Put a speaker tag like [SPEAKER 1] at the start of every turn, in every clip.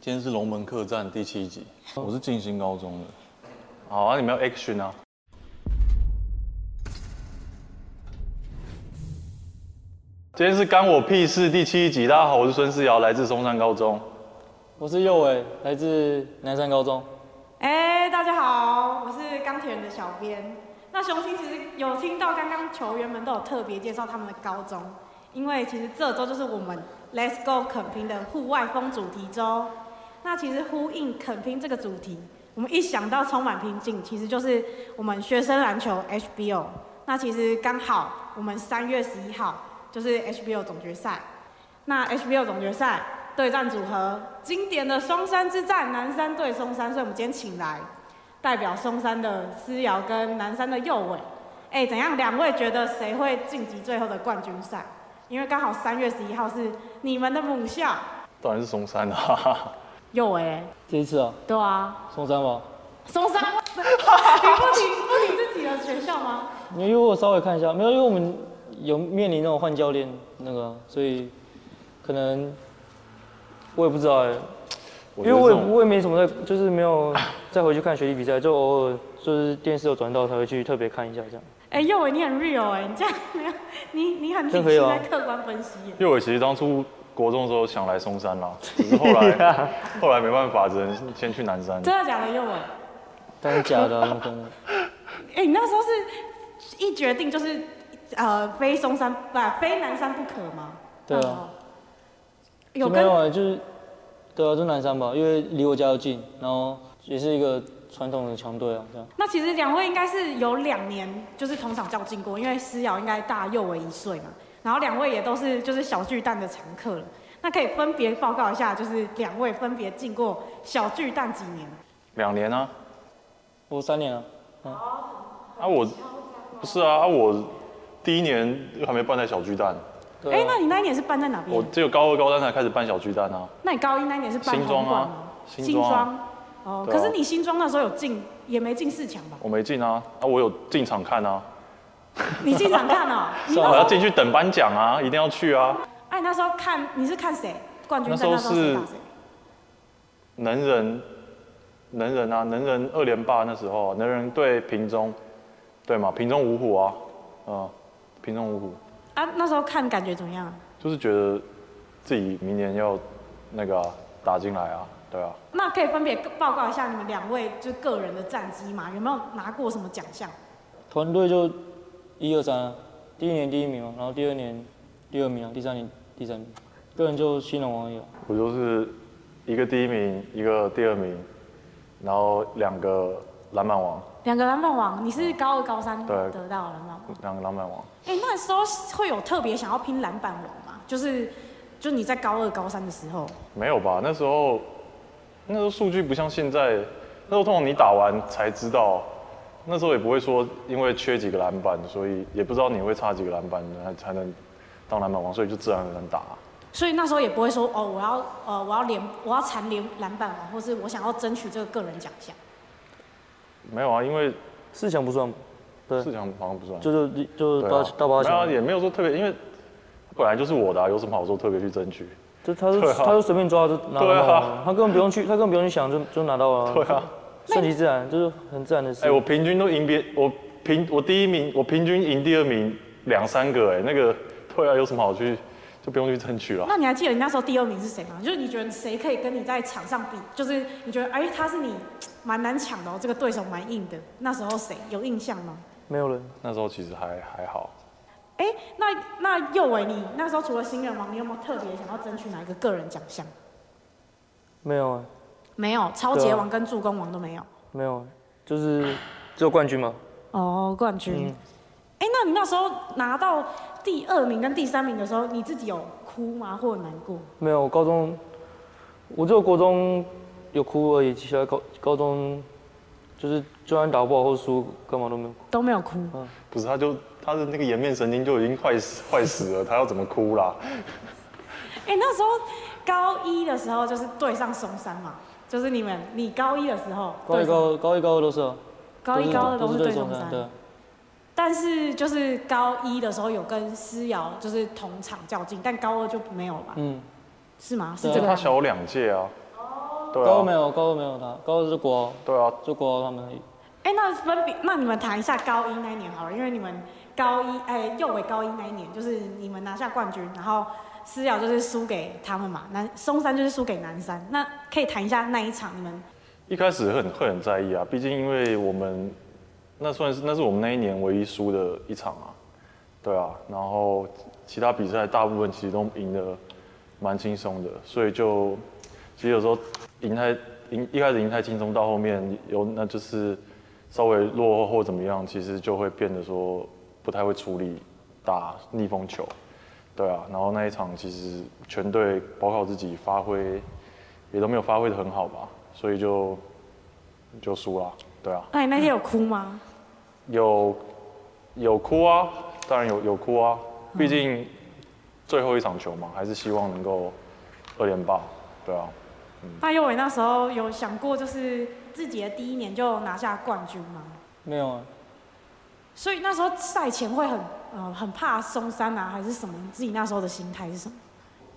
[SPEAKER 1] 今天是龙门客栈第七集，我是静心高中的。哦好啊，你们要 action 啊！今天是干我屁事第七集，大家好，我是孙思瑶，来自松山高中。
[SPEAKER 2] 我是右伟，来自南山高中。
[SPEAKER 3] 哎、大家好，我是钢铁人的小编。那雄心其实有听到刚刚球员们都有特别介绍他们的高中，因为其实这周就是我们 Let's Go 垦拼的户外风主题周。那其实呼应垦拼这个主题，我们一想到充满平静，其实就是我们学生篮球 HBO。那其实刚好我们三月十一号就是 HBO 总决赛，那 HBO 总决赛对战组合，经典的松山之战，南山对松山，所以我们今天请来代表松山的思瑶跟南山的右伟。哎，怎样？两位觉得谁会晋级最后的冠军赛？因为刚好三月十一号是你们的母校
[SPEAKER 1] 当然是松山 啊，
[SPEAKER 3] 右伟，
[SPEAKER 2] 这一次哦，
[SPEAKER 3] 对啊，
[SPEAKER 2] 松山吗？
[SPEAKER 3] 松 山，你不挺不挺自己的学校吗？
[SPEAKER 2] 因为我稍微看一下，没有，因为我们有面临那种换教练那个，啊所以可能我也不知道哎，因为我也我也没什么在，就是没有再回去看学弟比赛，就偶尔就是电视有转到才会去特别看一下这样。
[SPEAKER 3] 哎，右伟，你很 real 哎、你这样没有，你你很
[SPEAKER 2] 这
[SPEAKER 3] 理
[SPEAKER 2] 样可以
[SPEAKER 3] 性
[SPEAKER 2] 吗
[SPEAKER 3] 在客观分析耶。
[SPEAKER 1] 因为我其实当初国中的时候想来松山啦，啊只是后 来后来没办法，只能先去南山。
[SPEAKER 3] 真的假的，右伟？
[SPEAKER 2] 但是假的啊、那种
[SPEAKER 3] 哎、你那时候是一决定就是呃非松山不、非南山不可吗？
[SPEAKER 2] 对
[SPEAKER 3] 那时
[SPEAKER 2] 啊
[SPEAKER 3] 候，哦有
[SPEAKER 2] 就没
[SPEAKER 3] 跟
[SPEAKER 2] 有啊，就是对啊，就南山吧，因为离我家又近，然后也是一个传统的强队啊，这样。
[SPEAKER 3] 那其实两位应该是有两年就是同场较劲过，因为思瑶应该大佑为一岁嘛，然后两位也都是就是小巨蛋的常客了。那可以分别报告一下，就是两位分别进过小巨蛋几年？
[SPEAKER 1] 两年啊，
[SPEAKER 2] 我三年啊，
[SPEAKER 1] 啊我不是啊啊我第一年还没办在小巨蛋，
[SPEAKER 2] 对啊
[SPEAKER 3] 哎、那你那一年是办在哪
[SPEAKER 1] 我
[SPEAKER 3] 边？
[SPEAKER 1] 只有高二高三才开始办小巨蛋啊。
[SPEAKER 3] 那你高一那一年是办
[SPEAKER 1] 新庄啊
[SPEAKER 3] 红馆吗？
[SPEAKER 1] 新
[SPEAKER 3] 新
[SPEAKER 1] 庄啊
[SPEAKER 3] 庄。哦，
[SPEAKER 1] 对啊
[SPEAKER 3] 可是你新庄那时候有进，也没进四强吧？
[SPEAKER 1] 我没进啊，啊，我有进场看啊，
[SPEAKER 3] 你进场 看哦、你
[SPEAKER 1] 我
[SPEAKER 3] 那时
[SPEAKER 1] 要
[SPEAKER 3] 候
[SPEAKER 1] 进去等颁奖啊，一定要去啊。
[SPEAKER 3] 哎，那时候看你是看谁冠军
[SPEAKER 1] 那时
[SPEAKER 3] 赛？
[SPEAKER 1] 候
[SPEAKER 3] 那时候谁打谁？
[SPEAKER 1] 能人，能人啊，能人二连霸那时候，啊能人对平中，对嘛，平中五虎啊，嗯，平中五虎，
[SPEAKER 3] 啊，那时候看感觉怎么样？
[SPEAKER 1] 就是觉得自己明年要那个啊、打进来啊，对啊，
[SPEAKER 3] 那可以分别报告一下你们两位就个人的战绩吗？有没有拿过什么奖项？
[SPEAKER 2] 团队就一二三啊，第一年第一名嘛，然后第二年第二名啊，第三年第三名，个人就新人王而已啊。
[SPEAKER 1] 我就是一个第一名，一个第二名，然后两个篮板王，
[SPEAKER 3] 两个篮板王，你是高二高三
[SPEAKER 1] 对
[SPEAKER 3] 得到的篮板王。
[SPEAKER 1] 两个篮板王。
[SPEAKER 3] 哎、那时候会有特别想要拼篮板王吗？就是，就你在高二高三的时候，
[SPEAKER 1] 没有吧？那时候，那时候数据不像现在，那时候通常你打完才知道，那时候也不会说因为缺几个篮板，所以也不知道你会差几个篮板才才能当篮板王，所以就自然而然打。
[SPEAKER 3] 所以那时候也不会说哦，我要呃，我要连我要蝉联篮板王，或是我想要争取这个个人奖项。
[SPEAKER 1] 没有啊，因为
[SPEAKER 2] 四强不算吧，对
[SPEAKER 1] 四，强好像不算，
[SPEAKER 2] 就就就
[SPEAKER 1] 对
[SPEAKER 2] 到
[SPEAKER 1] 啊
[SPEAKER 2] 到八
[SPEAKER 1] 没有啊，
[SPEAKER 2] 强，
[SPEAKER 1] 也没有说特别，因为本来就是我的、啊，有什么好说特别去争取？
[SPEAKER 2] 就他就
[SPEAKER 1] 对啊
[SPEAKER 2] 他就随便抓就拿到
[SPEAKER 1] 对
[SPEAKER 2] 了
[SPEAKER 1] 啊
[SPEAKER 2] 啊，他根本不用去，他根本不用去想就就拿到了，
[SPEAKER 1] 对啊，
[SPEAKER 2] 顺其自然，就是很自然的
[SPEAKER 1] 哎、
[SPEAKER 2] 事
[SPEAKER 1] 我。平均都赢别我平我第一名，我平均赢第二名两三个、哎，那个对啊，有什么好去就不用去争取了。
[SPEAKER 3] 那你还记得你那时候第二名是谁吗？就是你觉得谁可以跟你在场上比？就是你觉得哎、他是你蛮难抢的哦，这个对手蛮硬的。那时候谁有印象吗？
[SPEAKER 2] 没有人，
[SPEAKER 1] 那时候其实还还好。
[SPEAKER 3] 哎、那那右伟，你那时候除了新人王，你有没有特别想要争取哪一个个人奖项？
[SPEAKER 2] 没有啊，
[SPEAKER 3] 没有，超杰王跟助攻王都没有。
[SPEAKER 2] 没有啊，就是只有冠军嘛。
[SPEAKER 3] 哦，冠军。哎、那你那时候拿到第二名跟第三名的时候，你自己有哭吗？或者难过？
[SPEAKER 2] 没有，我高中我只有国中有哭而已，其他高高中就是就算打不好或输，干嘛都没有哭。
[SPEAKER 3] 都没有哭。
[SPEAKER 1] 不是，他就他的那个颜面神经就已经坏死坏死了，他要怎么哭啦？
[SPEAKER 3] 哎、那时候高一的时候就是对上松山嘛，就是你们，你高一的时候，
[SPEAKER 2] 高一
[SPEAKER 3] 对上
[SPEAKER 2] 高高一高二都是啊，
[SPEAKER 3] 高一
[SPEAKER 2] 是
[SPEAKER 3] 高二都是对
[SPEAKER 2] 中
[SPEAKER 3] 松
[SPEAKER 2] 山，对
[SPEAKER 3] 山，
[SPEAKER 2] 啊，
[SPEAKER 3] 但是就是高一的时候有跟思瑶就是同场较劲，但高二就没有嘛，
[SPEAKER 2] 嗯，
[SPEAKER 3] 是吗？是
[SPEAKER 2] 对啊
[SPEAKER 3] 这
[SPEAKER 1] 他
[SPEAKER 3] 个
[SPEAKER 1] 小我两届啊，
[SPEAKER 3] 中？
[SPEAKER 1] 对
[SPEAKER 2] 高二没
[SPEAKER 1] 啊，
[SPEAKER 2] 有，高二没有他，高二是国奥，
[SPEAKER 1] 对啊，
[SPEAKER 2] 就国奥他们而已。
[SPEAKER 3] 哎、那分别，那你们谈一下高一那一年好了，因为你们高一，哎、右尾高一那一年，就是你们拿下冠军，然后思瑶就是输给他们嘛，南松山就是输给南山，那可以谈一下那一场你们
[SPEAKER 1] 一开始很会很在意啊，毕竟因为我们那算是那是我们那一年唯一输的一场啊，对啊，然后其他比赛大部分其实都赢得蛮轻松的，所以就其实有时候赢太赢一开始赢太轻松，到后面有那就是稍微落后或怎么样，其实就会变得说不太会处理打逆风球，对啊，然后那一场其实全队包括我自己发挥也都没有发挥的很好吧，所以就就输了，对啊。
[SPEAKER 3] 哎那你那天有哭吗？
[SPEAKER 1] 有有哭啊，当然有有哭啊，毕竟最后一场球嘛，还是希望能够二连霸，对啊，
[SPEAKER 3] 那右伟那时候有想过，就是自己的第一年就拿下冠军吗？
[SPEAKER 2] 没有啊，
[SPEAKER 3] 所以那时候赛前会很呃很怕松山啊，还是什么？你自己那时候的心态是什么？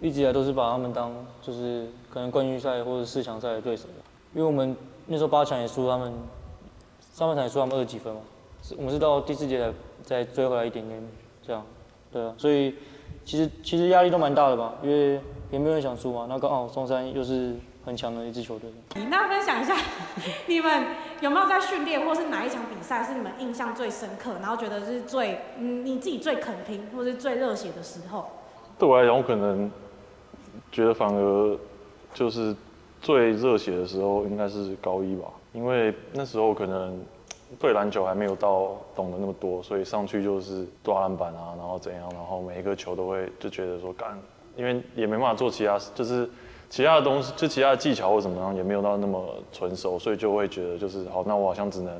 [SPEAKER 2] 一直以来都是把他们当就是可能冠军赛或者四强赛的对手，因为我们那时候八强也输他们，上半场也输他们二十几分嘛，是我们是到第四节才才追回来一点点，这样，对啊，所以其实其实压力都蛮大的吧，因为也没有人想输嘛，那刚好松山又是很强的一支球队，
[SPEAKER 3] 你那分享一下，你们有没有在训练，或是哪一场比赛是你们印象最深刻，然后觉得是最嗯你自己最肯拼，或是最热血的时候？
[SPEAKER 1] 对我来讲，我可能觉得反而就是最热血的时候应该是高一吧，因为那时候可能对篮球还没有到懂得那么多，所以上去就是抓篮板啊，然后怎样，然后每一个球都会就觉得说干，因为也没办法做其他，就是其他的东西，就其他的技巧或怎么样也没有到那么纯熟，所以就会觉得就是好，那我好像只能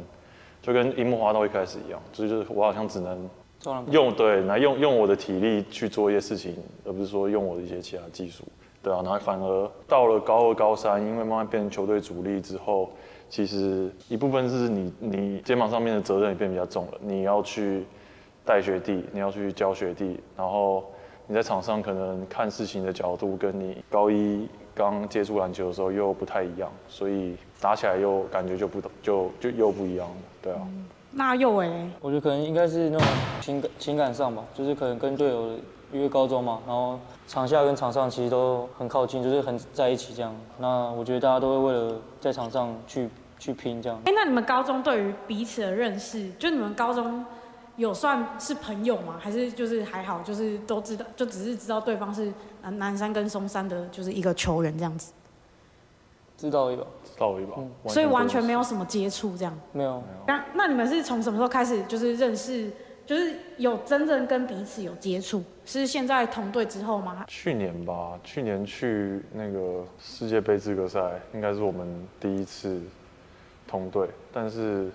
[SPEAKER 1] 就跟樱木花道一开始一样，就是就是我好像只能
[SPEAKER 2] 照样
[SPEAKER 1] 用对，来用用我的体力去做一些事情，而不是说用我的一些其他技术，对啊。然后反而到了高二、高三，因为慢慢变成球队主力之后，其实一部分是你你肩膀上面的责任也变比较重了，你要去带学弟，你要去教学弟，然后你在场上可能看事情的角度跟你高一刚接触篮球的时候又不太一样，所以打起来又感觉就不同，就就又不一样了，对啊。
[SPEAKER 3] 嗯那右伟嘞，
[SPEAKER 2] 我觉得可能应该是那种情感情感上吧，就是可能跟队友，因为高中嘛，然后场下跟场上其实都很靠近，就是很在一起这样。那我觉得大家都会为了在场上去去拼这样。
[SPEAKER 3] 哎、那你们高中对于彼此的认识，就你们高中有算是朋友吗？还是就是还好，就是都知道，就只是知道对方是南南山跟松山的，就是一个球员这样子，
[SPEAKER 2] 知道一吧？
[SPEAKER 1] 到尾吧，不
[SPEAKER 3] 所以完全
[SPEAKER 1] 认识
[SPEAKER 3] 没有什么接触这样。
[SPEAKER 2] 没有，
[SPEAKER 3] 那那你们是从什么时候开始就是认识，就是有真正跟彼此有接触？是现在同队之后吗？
[SPEAKER 1] 去年吧，去年去那个世界杯资格赛，应该是我们第一次同队，但是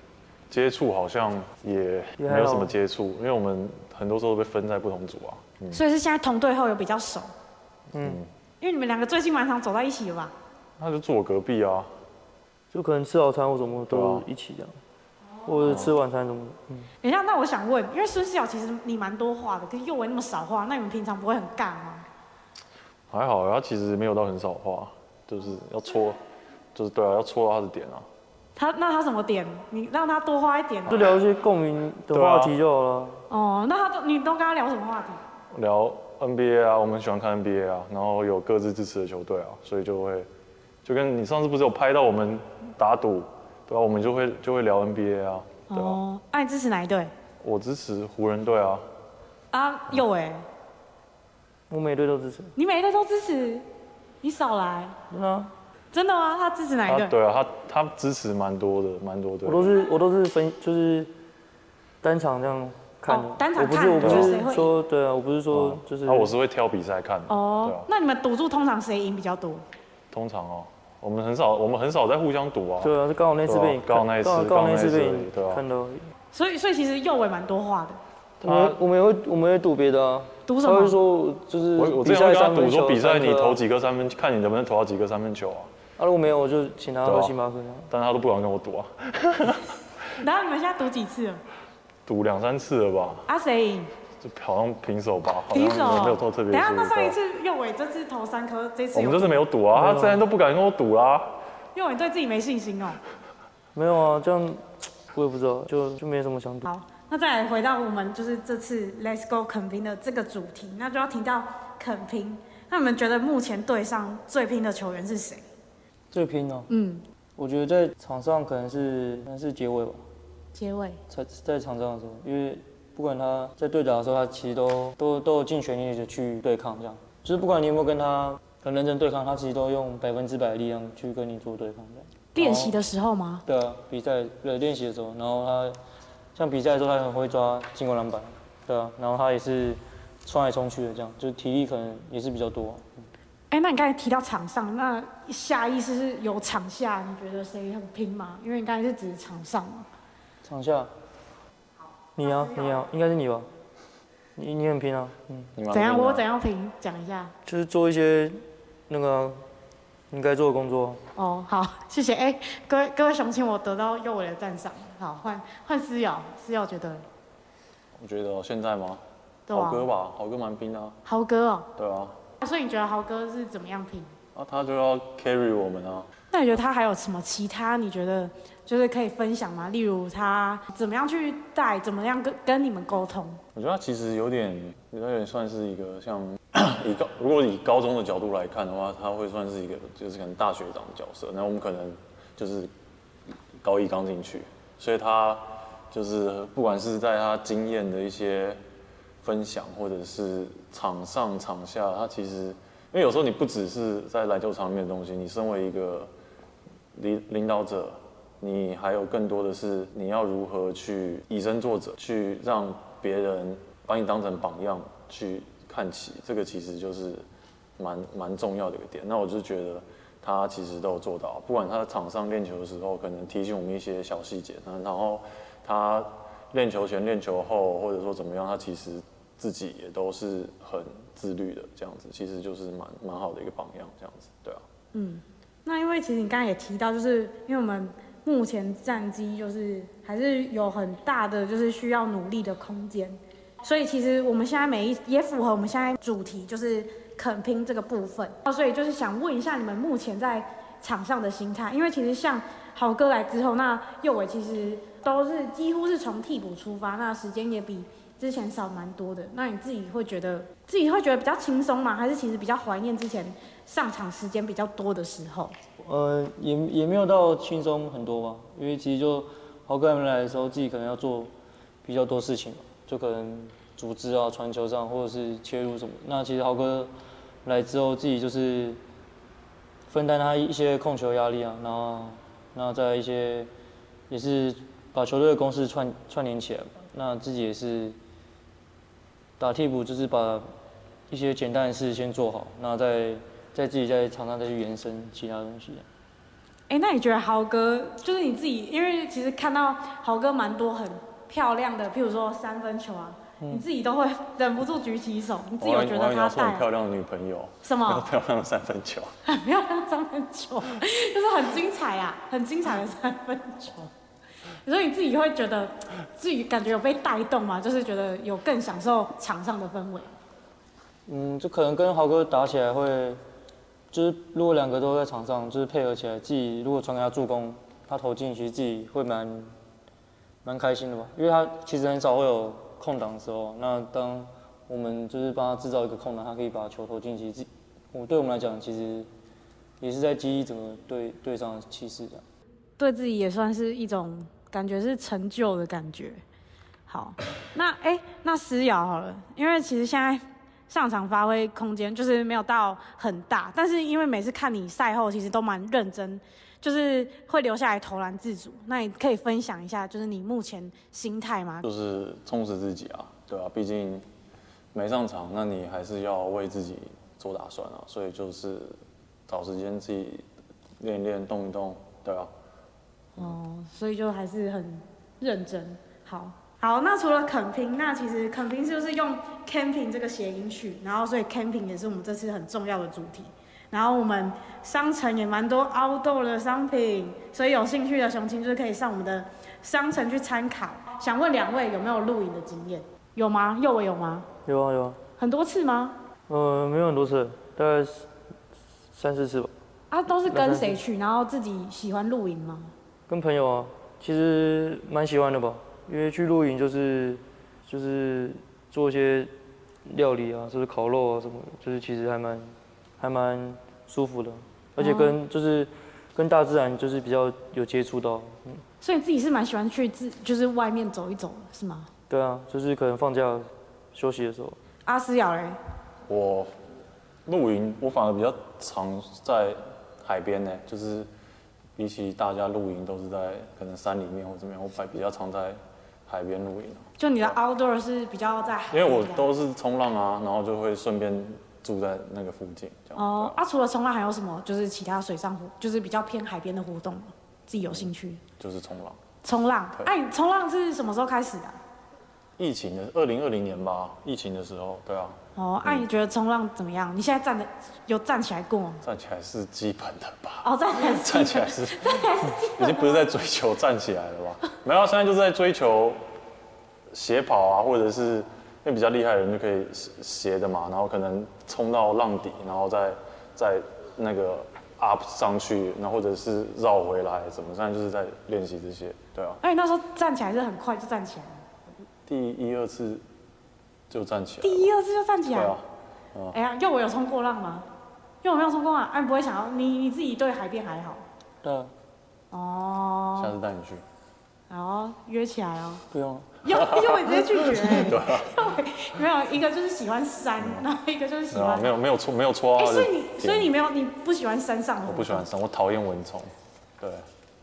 [SPEAKER 1] 接触好像也
[SPEAKER 2] 也
[SPEAKER 1] 没
[SPEAKER 2] 还
[SPEAKER 1] 有
[SPEAKER 2] 好
[SPEAKER 1] 什么接触，因为我们很多时候都被分在不同组啊。嗯，
[SPEAKER 3] 所以是现在同队后有比较熟，
[SPEAKER 1] 嗯
[SPEAKER 3] 因为你们两个最近蛮常走在一起的吧？
[SPEAKER 1] 他就住我隔壁啊，
[SPEAKER 4] 就可能吃早餐或什么
[SPEAKER 1] 对
[SPEAKER 4] 都
[SPEAKER 1] 啊
[SPEAKER 4] 一起这样，
[SPEAKER 2] 哦
[SPEAKER 4] 或者吃晚餐什么的。嗯，
[SPEAKER 3] 等一下，那我想问，因为孙思瑶其实你蛮多话的，可是佑文那么少话，那你们平常不会很尬吗？
[SPEAKER 1] 还好，他其实没有到很少话，就是要戳，就是对啊，要戳到他的点啊。
[SPEAKER 3] 他那他什么点？你让他多花一点
[SPEAKER 4] 就聊一些共鸣的
[SPEAKER 1] 对啊
[SPEAKER 4] 话题就好了。
[SPEAKER 3] 哦。那他都你都跟他聊什么话题？
[SPEAKER 1] 聊 NBA 啊，我们喜欢看 NBA 啊，然后有各自支持的球队啊，所以就会就跟你上次不是有拍到我们打赌，对吧、我们就会就会聊 NBA 啊，对吧、
[SPEAKER 3] 哦，那、你支持哪一队？
[SPEAKER 1] 我支持湖人队啊，
[SPEAKER 3] 啊，佑文，
[SPEAKER 4] 我每队都支持。
[SPEAKER 3] 你每一队都支持，你少来，
[SPEAKER 4] 真的啊，
[SPEAKER 3] 真的吗？他支持哪一
[SPEAKER 1] 他
[SPEAKER 3] 队？
[SPEAKER 1] 对啊，他他支持蛮多的，蛮多队啊
[SPEAKER 4] 我。都是我都是分就是单场这样看的。
[SPEAKER 3] 哦单场
[SPEAKER 4] 我不
[SPEAKER 3] 看
[SPEAKER 4] 是我不
[SPEAKER 3] 就是谁会
[SPEAKER 4] 是
[SPEAKER 3] 赢
[SPEAKER 4] 说对啊，我不是说就是。
[SPEAKER 1] 啊，我是会挑比赛看的，对
[SPEAKER 3] 哦
[SPEAKER 1] 啊，，
[SPEAKER 3] 那你们赌注通常谁赢比较多？
[SPEAKER 1] 通常哦，我们很少我们很少在互相赌啊，
[SPEAKER 4] 对啊，是刚好那次被你
[SPEAKER 1] 对啊刚好那一次
[SPEAKER 4] 刚好刚好那次被
[SPEAKER 1] 刚好那一
[SPEAKER 4] 你
[SPEAKER 1] 次对啊
[SPEAKER 4] 看到而已。
[SPEAKER 3] 所以，所以其实右尾蛮多话的，
[SPEAKER 4] 我们我们也会我们也赌别的啊。
[SPEAKER 3] 赌什
[SPEAKER 4] 他会
[SPEAKER 3] 么？
[SPEAKER 4] 说就是
[SPEAKER 1] 我我之
[SPEAKER 4] 比
[SPEAKER 1] 前
[SPEAKER 4] 赛
[SPEAKER 1] 会跟他
[SPEAKER 4] 三分
[SPEAKER 1] 赌说
[SPEAKER 4] 球，
[SPEAKER 1] 比赛你
[SPEAKER 4] 三颗啊
[SPEAKER 1] 投，几个三分，看你能不能投到几个三分球啊，
[SPEAKER 4] 啊如果没有我就请他
[SPEAKER 1] 对
[SPEAKER 4] 喝
[SPEAKER 1] 啊
[SPEAKER 4] 星巴克这样。
[SPEAKER 1] 但他都不敢跟我赌啊，
[SPEAKER 3] 然后你们现在赌几次了？
[SPEAKER 1] 赌两三次了吧，
[SPEAKER 3] 啊，谁赢？
[SPEAKER 1] 就好像平手吧，好像
[SPEAKER 3] 平手。
[SPEAKER 1] 没有做特别
[SPEAKER 3] 等
[SPEAKER 1] 的
[SPEAKER 3] 一下，
[SPEAKER 1] 输
[SPEAKER 3] 那上
[SPEAKER 1] 对
[SPEAKER 3] 一
[SPEAKER 1] 啊
[SPEAKER 3] 次右尾这次投三颗，这次
[SPEAKER 1] 我
[SPEAKER 3] 有
[SPEAKER 1] 们这次没有赌啊，
[SPEAKER 4] 没有
[SPEAKER 1] 他之前都不敢跟我赌啦。啊
[SPEAKER 3] 因为你对自己没信心哦、
[SPEAKER 4] 没有啊，这样我也不知道，就就没什么想读。
[SPEAKER 3] 好，那再来回到我们就是这次 Let's Go 垦平的这个主题，那就要提到垦平。那你们觉得目前队上最拼的球员是谁？
[SPEAKER 2] 最拼哦，
[SPEAKER 3] 嗯，
[SPEAKER 2] 我觉得在场上可能是可能是结尾吧，
[SPEAKER 3] 结尾。
[SPEAKER 2] 在在场上的时候，因为不管他在对打的时候，他其实都都都有尽全力的去对抗，这样就是不管你有没有跟他很认真对抗，他其实都用百分之百的力量去跟你做对抗，这样。
[SPEAKER 3] 练习的时候吗？
[SPEAKER 2] 对啊，比赛对练习的时候，然后他像比赛的时候，他很会抓进攻篮板，对啊，然后他也是冲来冲去的，这样就是体力可能也是比较多、
[SPEAKER 3] 哎、那你刚才提到场上，那下意识是有场下，你觉得谁很拼吗？因为你刚才是指场上嘛。
[SPEAKER 2] 场下，
[SPEAKER 4] 你啊，你啊，应该是你吧？你你很拼啊，嗯，
[SPEAKER 1] 你们
[SPEAKER 3] 怎样？
[SPEAKER 1] 还没
[SPEAKER 3] 我
[SPEAKER 1] 拿
[SPEAKER 3] 怎样评？讲一下。
[SPEAKER 4] 就是做一些那个啊你该做的工作啊。
[SPEAKER 3] 哦，好， 谢谢。哎、各位各位雄青，我得到右伟的赞赏。好，换换思瑶，思瑶觉得
[SPEAKER 1] 我觉得现在吗？
[SPEAKER 3] 对啊
[SPEAKER 1] 豪
[SPEAKER 3] 吧？
[SPEAKER 1] 哥吧，豪哥蛮拼的啊，
[SPEAKER 3] 豪哥哦，
[SPEAKER 1] 对啊，
[SPEAKER 3] 所以你觉得豪哥是怎么样拼？
[SPEAKER 1] 啊他就要 carry 我们啊，
[SPEAKER 3] 那你觉得他还有什么其他？你觉得就是可以分享吗？例如他怎么样去带，怎么样跟跟你们沟通？
[SPEAKER 1] 我觉得他其实有点，有点算是一个像 以高，如果以高中的角度来看的话，他会算是一个就是可能大学长的角色。那我们可能就是高一刚进去，所以他就是不管是在他经验的一些分享，或者是场上场下，他其实因为有时候你不只是在篮球场里面的东西，你身为一个领领导者，你还有更多的是你要如何去以身作则，去让别人把你当成榜样去看齐，这个其实就是蛮蛮重要的一个点。那我就觉得他其实都有做到，不管他在场上练球的时候，可能提醒我们一些小细节，那然后他练球前、练球后，或者说怎么样，他其实自己也都是很自律的，这样子，其实就是蛮蛮好的一个榜样，这样子，对啊。
[SPEAKER 3] 那因为其实你刚才也提到，就是因为我们目前战机就是还是有很大的就是需要努力的空间，所以其实我们现在每一也符合我们现在主题就是肯拼这个部分，所以就是想问一下你们目前在场上的心态，因为其实像豪哥来之后，那右伟其实都是几乎是从替补出发，那时间也比。之前少蛮多的，那你自己会觉得自己会觉得比较轻松吗？还是其实比较怀念之前上场时间比较多的时候？
[SPEAKER 2] 呃，也也没有到轻松很多吧，因为其实就豪哥还没来的时候，自己可能要做比较多事情嘛，就可能组织啊、传球上或者是切入什么。那其实豪哥来之后，自己就是分担他一些控球压力啊，然后那在一些也是把球队的攻势串串联起来吧。那自己也是打替补，就是把一些简单的事先做好，那再再自己在场上再去延伸其他东西。
[SPEAKER 3] 哎、那你觉得豪哥就是你自己？因为其实看到豪哥蛮多很漂亮的，譬如说三分球啊，你自己都会 忍不住举起手。你自己
[SPEAKER 1] 嗯我
[SPEAKER 3] 有
[SPEAKER 1] 还
[SPEAKER 3] 觉
[SPEAKER 1] 我还
[SPEAKER 3] 得
[SPEAKER 1] 以为
[SPEAKER 3] 他哦
[SPEAKER 1] 要说很
[SPEAKER 3] 带
[SPEAKER 1] 漂亮的女朋友，
[SPEAKER 3] 什
[SPEAKER 1] 很
[SPEAKER 3] 么
[SPEAKER 1] 漂亮的三分球。
[SPEAKER 3] 很漂亮三分球，就是很精彩啊，很精彩的三分球。你说你自己会觉得自己感觉有被带动吗？就是觉得有更享受场上的氛围。
[SPEAKER 2] 嗯，就可能跟豪哥打起来会，就是如果两个都在场上，就是配合起来，自己如果传给他助攻，他投进，其实自己会蛮蛮开心的吧，因为他其实很少会有空档的时候。那当我们就是帮他制造一个空档，他可以把球投进，其实自己我对我们来讲，其实也是在激励整个队队上的气势这样。
[SPEAKER 3] 对自己也算是一种感觉是成就的感觉。好，那哎、那思瑶好了，因为其实现在上场发挥空间就是没有到很大，但是因为每次看你赛后其实都蛮认真，就是会留下来投篮自主。那你可以分享一下，就是你目前心态吗？
[SPEAKER 1] 就是充实自己啊，对啊，毕竟没上场，那你还是要为自己做打算啊，所以就是找时间自己练一练，动一动，对啊。
[SPEAKER 3] 哦，所以就还是很认真。好，好，那除了垦拼，那其实垦拼就是用 camping 这个谐音去，然后所以 camping 也是我们这次很重要的主题。然后我们商城也蛮多 outdoor 的商品，所以有兴趣的雄青就是可以上我们的商城去参考。想问两位有没有露营的经验？有吗？右伟有吗？
[SPEAKER 4] 有啊有啊，
[SPEAKER 3] 很多次吗？
[SPEAKER 4] 呃，没有很多次，大概三四次吧。
[SPEAKER 3] 啊，都是跟谁去？然后自己喜欢露营吗？
[SPEAKER 4] 跟朋友啊，其实蛮喜欢的吧，因为去露营就是就是做一些料理啊，就是烤肉啊什么的，就是其实还蛮还蛮舒服的，而且跟、就是跟大自然就是比较有接触到，
[SPEAKER 3] 所以自己是蛮喜欢去自就是外面走一走的，是吗？
[SPEAKER 4] 对啊，就是可能放假休息的时候，
[SPEAKER 3] 阿思瑶欸嘞，
[SPEAKER 1] 我露营，我反而比较常在海边呢，就是比起大家露营都是在可能山里面或怎么样，我反比较常在海边露营啊，
[SPEAKER 3] 就你的 outdoor 是比较在海
[SPEAKER 1] 因为
[SPEAKER 3] 边
[SPEAKER 1] 我都是冲浪啊，然后就会顺便住在那个附近这样。
[SPEAKER 3] 哦啊，除了冲浪还有什么？就是其他水上活，就是比较偏海边的活动吗，自己有兴趣？
[SPEAKER 1] 就是冲浪。
[SPEAKER 3] 冲浪，
[SPEAKER 1] 对
[SPEAKER 3] 哎、你冲浪是什么时候开始的啊、
[SPEAKER 1] 疫情的二零二零年吧，疫情的时候，对啊，
[SPEAKER 3] 哦，哎、你觉得冲浪怎么样？你现在站的有站起来过吗？
[SPEAKER 1] 站起来是基本的吧。
[SPEAKER 3] 哦，站起来
[SPEAKER 1] 站起来是，已经不是在追求站起来了吧？没有啊，现在就是在追求斜跑啊，或者是因为比较厉害的人就可以斜斜的嘛，然后可能冲到浪底，然后再再那个 up 上去，然后或者是绕回来，怎么？现在就是在练习这些，对啊，
[SPEAKER 3] 哎、那时候站起来是很快就站起来了，
[SPEAKER 1] 第一二次就站起来了，
[SPEAKER 3] 第一二次就站起
[SPEAKER 1] 对
[SPEAKER 3] 来
[SPEAKER 1] 啊
[SPEAKER 3] 了。，哎呀、又我有冲过浪吗？又我没有冲过浪，哎、你不会想要你你自己对海边还好
[SPEAKER 4] 对啊，
[SPEAKER 1] 下
[SPEAKER 3] 哦，
[SPEAKER 1] 次带你去，
[SPEAKER 3] 然后约起来哦。
[SPEAKER 4] 不用了，
[SPEAKER 3] 又又伟直接拒 绝、欸，对、没有一个就是喜欢山，然后一个就是喜
[SPEAKER 1] 对啊
[SPEAKER 3] 欢，
[SPEAKER 1] 没有没有错没有错
[SPEAKER 3] 哎、
[SPEAKER 1] 啊，
[SPEAKER 3] 所以你所以你没有你不喜欢山上的活
[SPEAKER 1] 我
[SPEAKER 3] 动，
[SPEAKER 1] 不喜欢山，我讨厌蚊虫，对。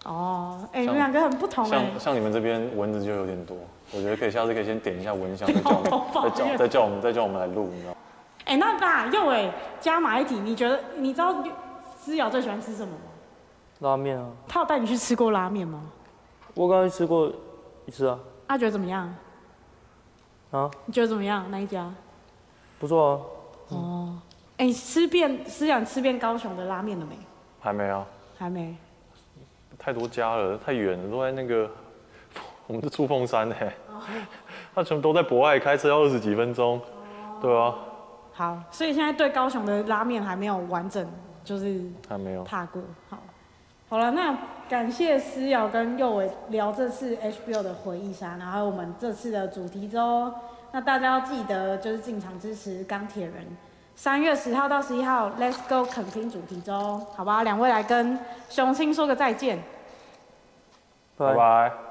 [SPEAKER 3] 哦，哎、你们两个很不同哎、
[SPEAKER 1] 像像你们这边蚊子就有点多，我觉得可以下次可以先点一下蚊香，再叫
[SPEAKER 3] 好
[SPEAKER 1] 我
[SPEAKER 3] 抱
[SPEAKER 1] 们再叫
[SPEAKER 3] 怨
[SPEAKER 1] 再叫我们再叫我们来录，你知道吗？
[SPEAKER 3] 哎、那那又伟加马一题，你觉得你知道思瑶最喜欢吃什么吗？
[SPEAKER 4] 拉面啊，
[SPEAKER 3] 他有带你去吃过拉面吗？
[SPEAKER 4] 我刚才吃过一次啊，
[SPEAKER 3] 他、觉得怎么样？
[SPEAKER 4] 啊，
[SPEAKER 3] 你觉得怎么样？那一家？
[SPEAKER 4] 不错啊，
[SPEAKER 1] 嗯
[SPEAKER 3] 哦，哎、你吃遍思瑶你吃遍高雄的拉面了没？
[SPEAKER 1] 还没啊，
[SPEAKER 3] 还没。
[SPEAKER 1] 太多家了，太远了，都在那个 我们是出凤山哎、 他全部都在博爱，开车要二十几分钟，对啊，
[SPEAKER 3] 好，所以现在对高雄的拉面还没有完整，就是
[SPEAKER 1] 还没有，
[SPEAKER 3] 踏过。好，好了，那感谢思瑶跟佑伟聊这次 HBO 的回忆杀，然后我们这次的主题周，那大家要记得就是进场支持钢铁人。三月十号到十一号，Let's Go 垦丁主题周，好吧，两位来跟雄青说个再见。
[SPEAKER 1] 拜拜。